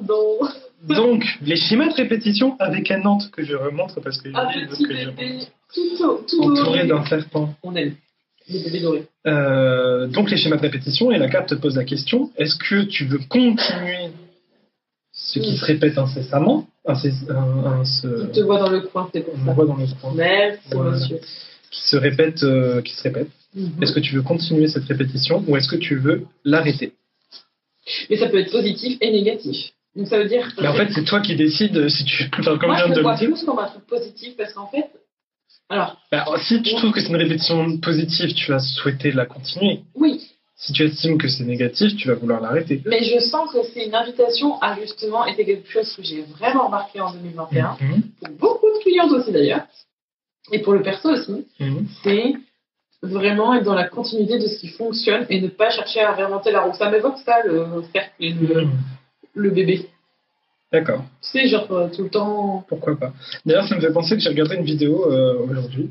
Donc, les schémas de répétition avec un Nantes que je remontre parce que
Un
j'ai
Ah, petit
que je
bébé.
remontre.
Tout, au- tout
entouré
doré.
d'un serpent.
On aime. Les bébés dorés.
Euh, donc, les schémas de répétition, et la carte te pose la question est-ce que tu veux continuer ce qui se répète incessamment incess- un- un-
Il
ce-
te voit dans le coin, c'est pour
On le
ça.
voit dans le coin.
Merci,
Voilà.
monsieur.
Qui se répète, euh, qui se répète.
Mm-hmm.
Est-ce que tu veux continuer cette répétition ou est-ce que tu veux l'arrêter
Mais ça peut être positif et négatif. Donc ça veut dire.
Mais en fait, c'est toi qui décides euh, si tu. [laughs] Enfin, comme
moi,
je
je
viens
le
de le
vois
dire.
plus comme un truc positif parce qu'en fait. Alors,
Bah, si tu trouves que c'est une répétition positive, tu vas souhaiter la continuer.
oui,
Si tu estimes que c'est négatif, tu vas vouloir l'arrêter.
mais je sens que c'est une invitation à justement, et c'est quelque chose que j'ai vraiment remarqué en 2021,
Mhm,
pour beaucoup de clientes aussi d'ailleurs, et pour le perso aussi,
mhm.
c'est vraiment être dans la continuité de ce qui fonctionne et ne pas chercher à réinventer la roue. Ça m'évoque ça, le cercle et le, le bébé.
mmh. D'accord,
Tu sais, genre euh, tout le temps
pourquoi pas. D'ailleurs, ça me fait penser que j'ai regardé une vidéo euh, aujourd'hui.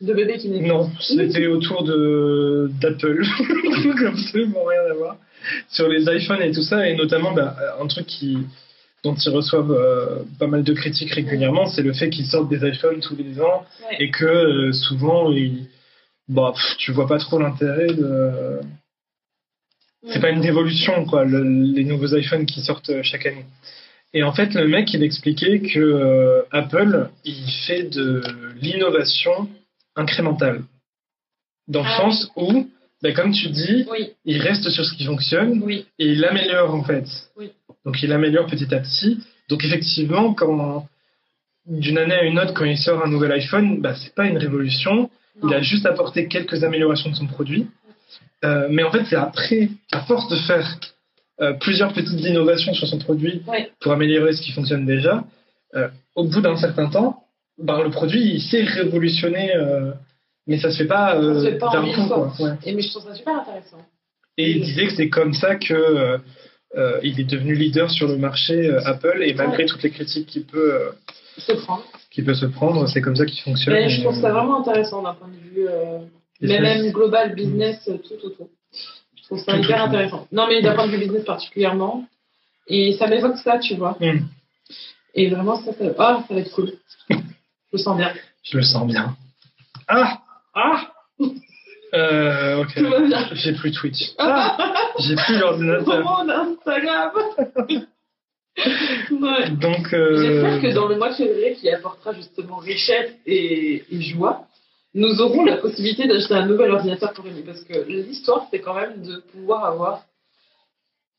de bébé qui naît.
Non, c'était autour de d'Apple, [laughs] Donc, absolument rien à voir, sur les iPhones et tout ça, et notamment bah, un truc qui dont ils reçoivent euh, pas mal de critiques régulièrement, c'est le fait qu'ils sortent des iPhones tous les ans
Ouais.
et que euh, souvent ils bah, pff, tu vois pas trop l'intérêt de c'est pas une dévolution quoi le- les nouveaux iPhones qui sortent euh, chaque année et en fait le mec il expliquait que euh, Apple il fait de l'innovation incrémentale dans le
Ah.
sens où bah, comme tu dis
Oui,
il reste sur ce qui fonctionne
oui.
et il l'améliore en fait
Oui.
donc il l'améliore petit à petit donc effectivement quand d'une année à une autre quand il sort un nouvel iPhone bah, c'est pas une révolution
non.
il a juste apporté quelques améliorations de son produit. Euh, mais en fait, c'est après, à force de faire euh, plusieurs petites innovations sur son produit
Ouais.
pour améliorer ce qui fonctionne déjà, euh, au bout d'un certain temps, ben, le produit il s'est révolutionné, euh, mais ça se fait pas,
se
euh,
fait pas en
d'un
une
coup.
fois.
quoi. Ouais.
Et mais je trouve ça super intéressant.
Et il disait que c'est comme ça que euh, euh, il est devenu leader sur le marché euh, Apple et malgré toutes les critiques qu'il peut, euh,
Se prendre.
qu'il peut se prendre, c'est comme ça qu'il fonctionne.
Mais Ben, je trouve ça
Et, euh,
vraiment intéressant d'un point de vue, euh,
et
mais
ça,
même global, business, euh, tout, tout, tout. Je trouve ça
Tout, tout,
hyper
tout.
intéressant. Non, mais d'un point de vue business particulièrement. Et ça m'évoque ça, tu vois.
Mm.
Et vraiment, ça, ça, ah, ça va être cool. je le sens bien.
Je le sens bien. Ah
Ah,
euh, Ok.
tout va bien.
J'ai plus Twitch. J'ai plus
[laughs]
l'ordinateur.
Comment Instagram [laughs] Ouais.
Donc, euh,
J'espère que dans le mois de février qui apportera justement richesse et, et joie, nous aurons la possibilité d'acheter un nouvel ordinateur pour Rémi. Parce que l'histoire, c'est quand même de pouvoir avoir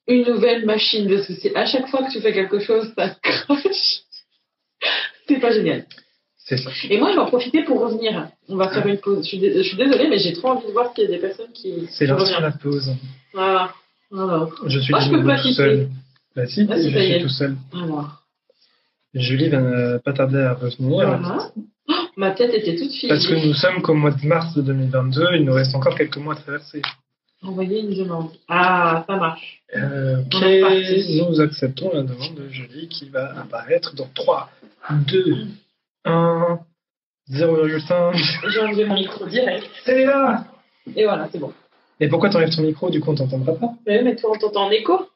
une nouvelle machine. Parce que si à chaque fois que tu fais quelque chose, ça crache, [laughs] c'est pas génial.
c'est ça.
Et moi, je vais en profiter pour revenir. On va faire une pause. Je suis, dé- je suis désolée, mais j'ai trop envie de voir qu'il y a des personnes qui.
C'est
qui
l'heure de
reviennent.
la pause.
Voilà. Alors,
Je suis
Moi, Ah, je peux
tout
pas quitter.
seul. Bah si,
Ah, si,
je
ça y
suis
est.
tout seul.
alors.
Julie va ne pas tarder à revenir.
Voilà. Oh, ma tête était toute figée.
Parce que nous sommes qu'au mois de mars de 2022, il nous reste encore quelques mois à traverser.
Envoyer une demande. Ah, ça marche.
Euh,
On est parti.
ok, nous acceptons la demande de Julie qui va apparaître dans 3, 2, 1, 0,5.
J'ai enlevé mon micro direct.
C'est là
Et voilà, c'est bon.
Mais pourquoi t'enlèves ton micro Du coup, on t'entendra pas
Mais, mais toi, on t'entend en écho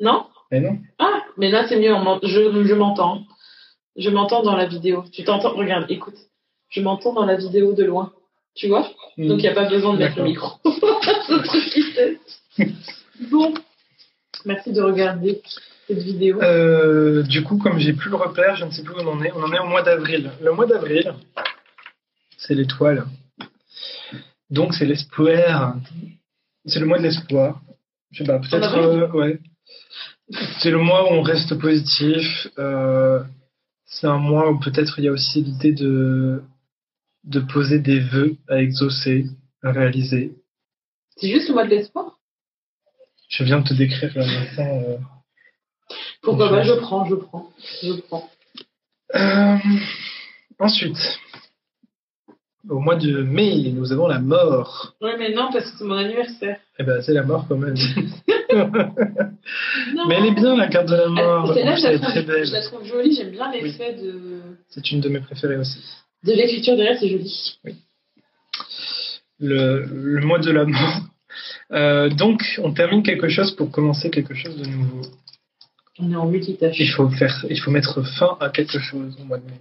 Non
Mais non.
Ah, mais là, c'est mieux. on m'en- je je m'entends. Je m'entends dans la vidéo. Tu t'entends Regarde, écoute. Je m'entends dans la vidéo de loin. Tu vois Donc, il n'y a pas besoin de mettre le micro. [laughs] Ce truc, il s'est- bon. Merci de regarder cette vidéo.
Euh, du coup, comme j'ai plus le repère, je ne sais plus où on en est. On en est au mois d'avril. Le mois d'avril, c'est l'étoile. Donc, c'est l'espoir. C'est le mois de l'espoir. Je sais pas, peut-être.
avril
euh, ouais. C'est le mois où on reste positif. euh, c'est un mois où peut-être il y a aussi l'idée de, de poser des vœux à exaucer, à réaliser.
C'est juste le mois de l'espoir
Je viens de te décrire là maintenant. euh,
Pourquoi
Je-
pas Je prends, je prends. Je prends.
Euh, ensuite, au mois de mai, nous avons la mort.
Ouais, mais non, parce que c'est mon anniversaire.
Eh ben, c'est la mort quand même.
Non.
Mais elle est bien, la carte de la mort.
Celle-là, je,
elle
Ah, la
est très
trouve- je
belle.
la trouve jolie, j'aime bien l'effet
C'est une de mes préférées aussi.
de, de l'écriture derrière, c'est joli.
Le, le mois de la mort. Euh, donc, on termine quelque chose pour commencer quelque chose de nouveau.
On est en
Il
multitâche.
faut, faire, il faut mettre fin à quelque chose au mois de mai.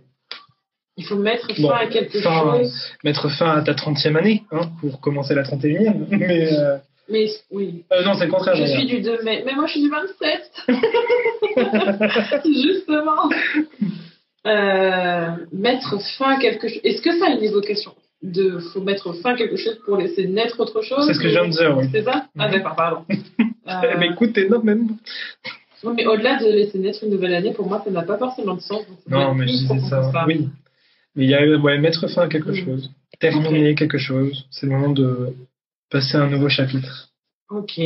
Il faut mettre fin
Bon,
à quelque
fin,
chose.
Mettre fin à ta 30e année hein, pour commencer la 31e. Mais euh,
Mais oui,
euh, non, c'est le contraire.
je
d'ailleurs.
suis du 2 mai. Mais moi, je suis
[laughs]
du 27. [laughs] Justement. Euh, mettre fin à quelque chose. Est-ce que ça a une évocation de faut mettre fin à quelque chose pour laisser naître autre chose
C'est ce que je viens de dire, oui.
C'est ça Ah
Mhm. [laughs]
d'accord, pardon.
Eh ben,
Euh,
écoute, t'es énorme.
oui, mais au-delà de laisser naître une nouvelle année, pour moi, ça n'a pas forcément de sens. Donc, ça doit
Non,
être
mais je
plus
disais
profond
ça.
que ça.
Oui. Mais il y a ouais, mettre fin à quelque
Mm.
chose, terminer quelque chose. C'est le moment de passer à un nouveau chapitre.
Ok.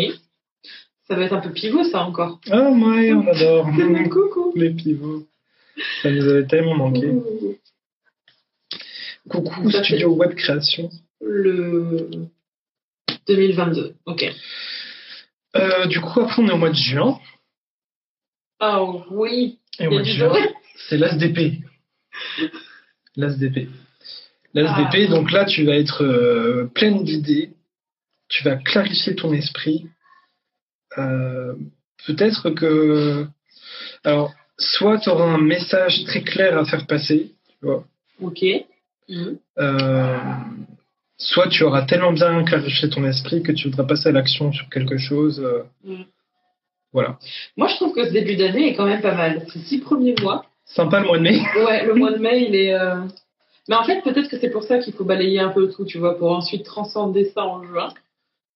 Ça va être un peu pivot, ça encore.
Ah ouais, on
[laughs]
adore. Mm.
Coucou.
Les pivots. Ça nous avait tellement manqué.
Coucou.
Coucou,
Mmh. Tout à fait.
studio web création.
le 2022. Ok.
Euh, du coup, après, on est au mois de juin.
Ah oui,
Et au
il y
mois
a
de
du
juin,
doré.
c'est l'ASDP. L'ASDP. L'ASDP,
Ah.
donc là, tu vas être euh, pleine d'idées. Tu vas clarifier ton esprit. Euh, Peut-être que. Alors, soit tu auras un message très clair à faire passer.
Ok. Mhm.
Euh, soit tu auras tellement bien clarifié ton esprit que tu voudras passer à l'action sur quelque chose. euh,
Mm.
Voilà.
Moi, je trouve que ce début d'année est quand même pas mal. Ces six premiers mois.
Sympa le mois de mai.
Ouais, le mois de mai, il est. euh, Mais en fait, peut-être que c'est pour ça qu'il faut balayer un peu tout, tu vois, pour ensuite transcender ça en juin.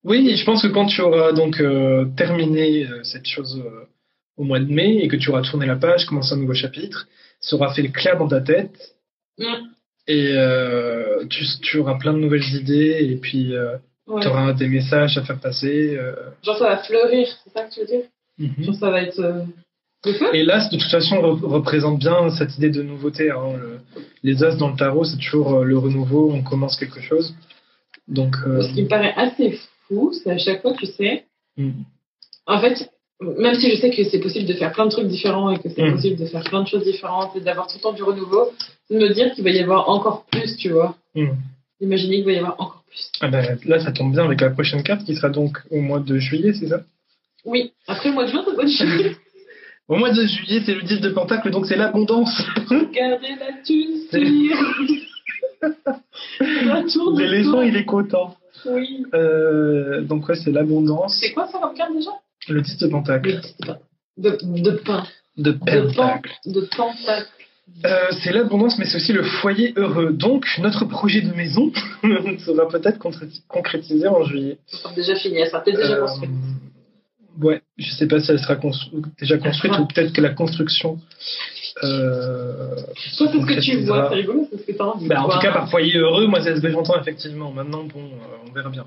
Oui, je pense que quand tu auras donc euh, terminé euh, cette chose euh, au mois de mai et que tu auras tourné la page, commencé un nouveau chapitre, ça aura fait le clair dans ta tête.
Mm.
Et euh, tu, tu auras plein de nouvelles idées et puis
Ouais.
tu auras des messages à faire passer. euh,
Genre, ça va fleurir, c'est ça que tu veux dire
mhm.
Genre, ça va être euh, le feu
Et l'as, de toute façon, re- représente bien cette idée de nouveauté. hein. Le- les as dans le tarot, c'est toujours euh, le renouveau, on commence quelque chose. Donc, euh,
Ce qui me paraît assez fou, c'est à chaque fois, tu sais.
Mhm.
En fait, même si je sais que c'est possible de faire plein de trucs différents et que c'est
Mhm.
possible de faire plein de choses différentes et d'avoir tout le temps du renouveau, de me dire qu'il va y avoir encore plus, tu vois.
Mhm.
Imaginez qu'il va y avoir encore plus.
ah ben, là, ça tombe bien avec la prochaine carte qui sera donc au mois de juillet, c'est ça
Oui, après le mois de juin, c'est
[laughs]
bonne chose.
Au mois de juillet, c'est le 10 de Pentacle, donc c'est l'abondance.
Regardez la thune, c'est la tour du
L'éléphant,
tour.
il est content.
Oui.
Euh, donc, ouais, c'est l'abondance.
C'est quoi ça comme carte déjà
Le 10 de Pentacle.
Le petit pain. De, de pain.
De
De pan.
Pentacle.
De pentacle.
Euh, c'est l'abondance, mais c'est aussi le foyer heureux. Donc, notre projet de maison [laughs] sera peut-être concré- concrétisé en juillet.
Ça sera déjà fini, elle sera peut-être déjà
Euh,
construite.
ouais, je sais pas si elle sera constru- déjà construite
Ah.
ou peut-être que la construction. euh,
Toi, c'est ce que tu
concrétisera.
vois, c'est rigolo, c'est ce que t'as envie de
Bah, en
voir.
tout cas, par foyer heureux, moi, c'est ce que j'entends effectivement. Maintenant, bon, euh, on verra bien.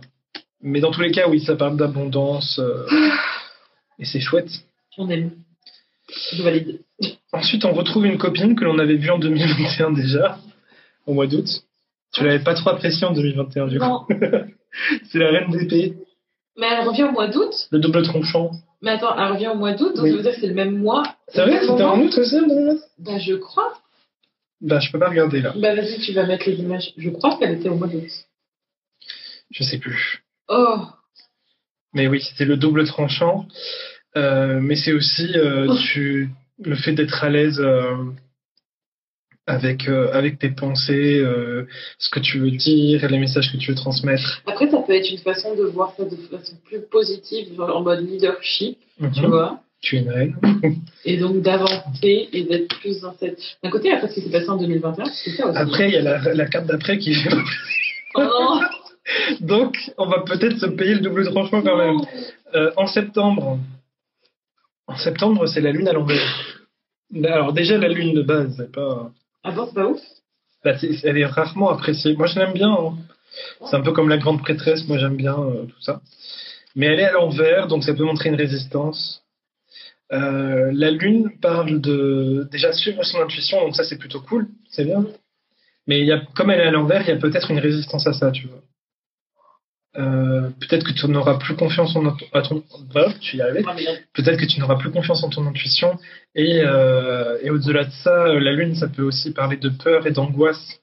Mais dans tous les cas, oui, ça parle d'abondance euh, et c'est chouette.
On aime. Je valide.
Ensuite, on retrouve une copine que l'on avait vue en 2021 déjà, au mois d'août. Tu l'avais pas trop appréciée en 2021, du coup.
Non,
C'est la reine d'épée,
mais elle revient au mois d'août.
le double tronchant.
Mais attends, elle revient au mois d'août, donc
Oui.
ça veut dire que c'est le même mois.
C'est vrai,
Au
c'était
moment-
en août aussi, le double tronchant
Bah, je crois.
Bah, je peux pas regarder là.
Bah, vas-y, tu vas mettre les images. Je crois qu'elle était au mois d'août.
Je sais plus.
Oh,
Mais oui, c'était le double tranchant. Euh, mais c'est aussi euh, tu, le fait d'être à l'aise euh, avec, euh, avec tes pensées, euh, ce que tu veux dire, les messages que tu veux transmettre.
Après, ça peut être une façon de voir ça de façon plus positive, genre en mode leadership, tu
Mhm.
vois,
Tu es une reine.
et donc d'avancer et d'être plus dans cette. D'un côté, après ce qui s'est passé en 2021, c'est ça aussi.
Après, il y a la, la carte d'après qui fait.
Oh non,
[laughs] Donc, on va peut-être se payer le double tranchant [laughs] quand même. Euh, en septembre, en septembre, c'est la lune à l'envers. Alors déjà, la lune de base, c'est pas.
Ah bon, c'est pas ouf
Bah, c'est- elle est rarement appréciée. Moi, je l'aime bien. hein. C'est un peu comme la grande prêtresse. Moi, j'aime bien euh, tout ça. Mais elle est à l'envers, donc ça peut montrer une résistance. Euh, la lune parle de déjà suivre son intuition, donc ça c'est plutôt cool, c'est bien. Mais il y a, comme elle est à l'envers, il y a peut-être une résistance à ça, tu vois. Euh, peut-être que tu n'auras plus confiance en ton, à ton- Bah, tu y arrivais
Ah, mais là,
peut-être que tu n'auras plus confiance en ton intuition. Et, euh, et au-delà de ça, euh, la lune, ça peut aussi parler de peur et d'angoisse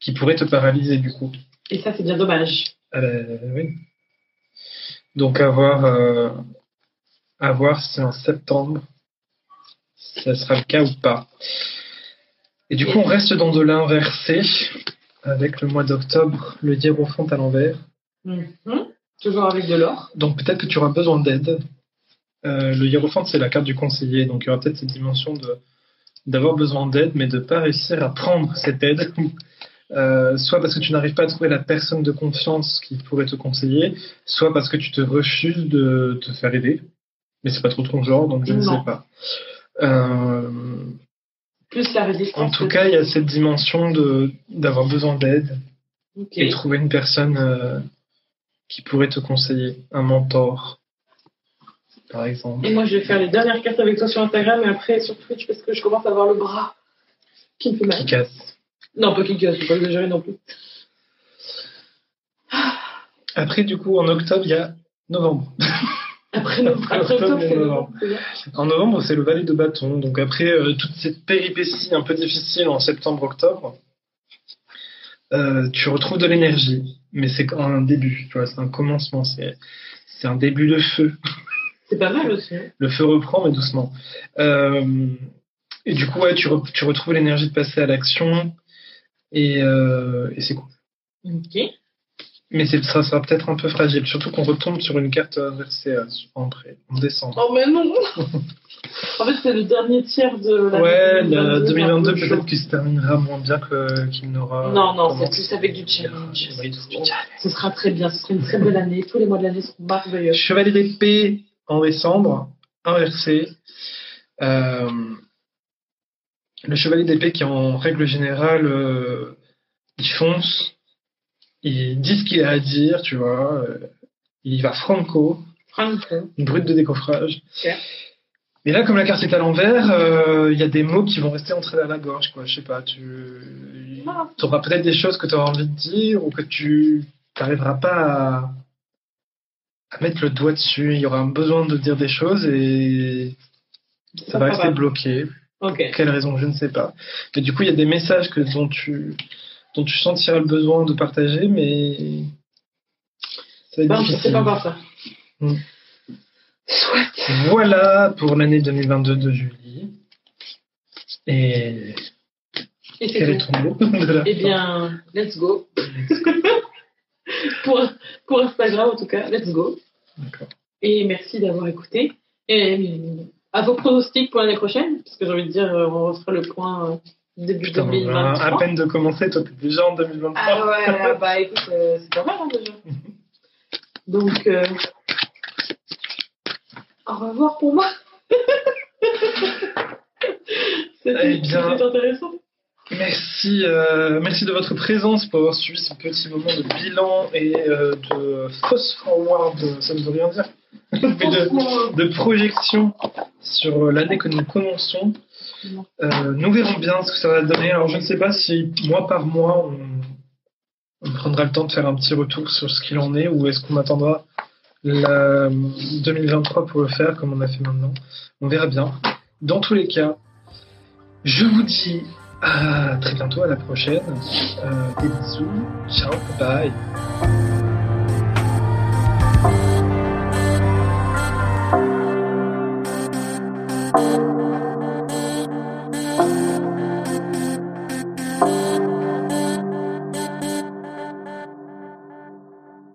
qui pourraient te paralyser du coup.
Et ça, c'est bien dommage.
Euh, oui. Donc à voir, euh, à voir si en septembre, ça sera le cas ou pas. Et du coup, on reste dans de l'inversé avec le mois d'octobre, le hiérophante à l'envers.
Mhm. Toujours avec de l'or.
Donc peut-être que tu auras besoin d'aide. Euh, le hiérophante, c'est la carte du conseiller, donc il y aura peut-être cette dimension de d'avoir besoin d'aide, mais de pas réussir à prendre cette aide. [laughs] Euh, soit parce que tu n'arrives pas à trouver la personne de confiance qui pourrait te conseiller, soit parce que tu te refuses de te faire aider. Mais c'est pas trop ton genre, donc je ne
Non.
sais pas. Euh,
Plus la
en
résistance.
tout cas, il y a cette dimension de d'avoir besoin d'aide
Ok.
et trouver une personne euh, qui pourrait te conseiller, un mentor, par exemple.
Et moi, je vais faire les dernières cartes avec toi sur Instagram et après sur Twitch parce que je commence à avoir le bras qui me fait mal.
Efficace.
Non, pas qui gueule, je peux pas exagérer non plus.
Après, du coup, en octobre, il y a novembre.
Après, no-
Ah, Après
après
octobre,
octobre, c'est
novembre.
novembre.
En novembre, c'est le Valley de Bâton. Donc après euh, toute cette péripétie un peu difficile en septembre-octobre, euh, tu retrouves de l'énergie. Mais c'est un début, tu vois, c'est un commencement. C'est c'est un début de feu.
C'est pas mal aussi. hein.
Le feu reprend, mais doucement. Euh, et du coup, ouais, tu, re- tu retrouves l'énergie de passer à l'action. Et, euh, et c'est cool.
Ok.
Mais c'est- ça sera peut-être un peu fragile, surtout qu'on retombe sur une carte inversée euh, en, pré- en décembre.
Oh,
[laughs]
mais non En fait, c'est le dernier tiers de l'année
Ouais, la 2022,
2022
peut-être qu'il se terminera moins bien que- qu'il n'aura.
Non, non, c'est
commencé.
plus avec du challenge.
Ouais, du
c'est tout. Ce sera très bien, ce sera une très belle année. Tous les mois de l'année seront merveilleux.
Chevalier d'épée en décembre, inversé. Euh, le chevalier d'épée qui, en règle générale, euh, il fonce, il dit ce qu'il a à dire, tu vois, euh, il va franco.
Franco.
une brute de décoffrage.
Ok.
Mais là, comme la carte est à l'envers, euh, il y a des mots qui vont rester entraînés à la gorge, quoi. Je sais pas, tu
Ah.
auras peut-être des choses que tu auras envie de dire ou que tu n'arriveras pas à... à mettre le doigt dessus. Il y aura un besoin de dire des choses et ça va rester
Probable.
bloqué.
Ok.
Pour quelle raison, je ne sais pas. Mais du coup, il y a des messages que, dont, tu, dont tu sentiras le besoin de partager, mais ça va être
Non, je
difficile.
sais pas encore ça.
Voilà pour l'année 2022 de Julie. Et
Et c'est
quel est
tout.
ton mot de la
Eh
fin
bien, let's go. pour, pour Instagram, en tout cas, let's go.
D'accord.
Et merci d'avoir écouté. Et euh, à vos pronostics pour l'année prochaine, parce que j'ai envie de dire, euh, on refera le point euh, début
Putain, on va
2023.
à peine de commencer, toi t'es déjà en 2023.
Ah ouais, là, bah écoute, euh, c'est pas mal hein, déjà. [laughs] Donc, euh, au revoir pour moi. [laughs]
Eh
C'était
bien. [laughs]
c'était intéressant.
Merci, euh, merci de votre présence pour avoir suivi ce petit moment de bilan et euh, de fausse forward, ça ne veut rien dire, mais de,
Franchement,
de projection sur euh, l'année que nous commençons. Euh, nous verrons bien ce que ça va donner. Alors je ne sais pas si mois par mois on, on prendra le temps de faire un petit retour sur ce qu'il en est ou est-ce qu'on attendra la euh, 2023 pour le faire comme on a fait maintenant. On verra bien. Dans tous les cas, je vous dis à très bientôt, à la prochaine. Euh, des bisous, ciao, bye.
euh,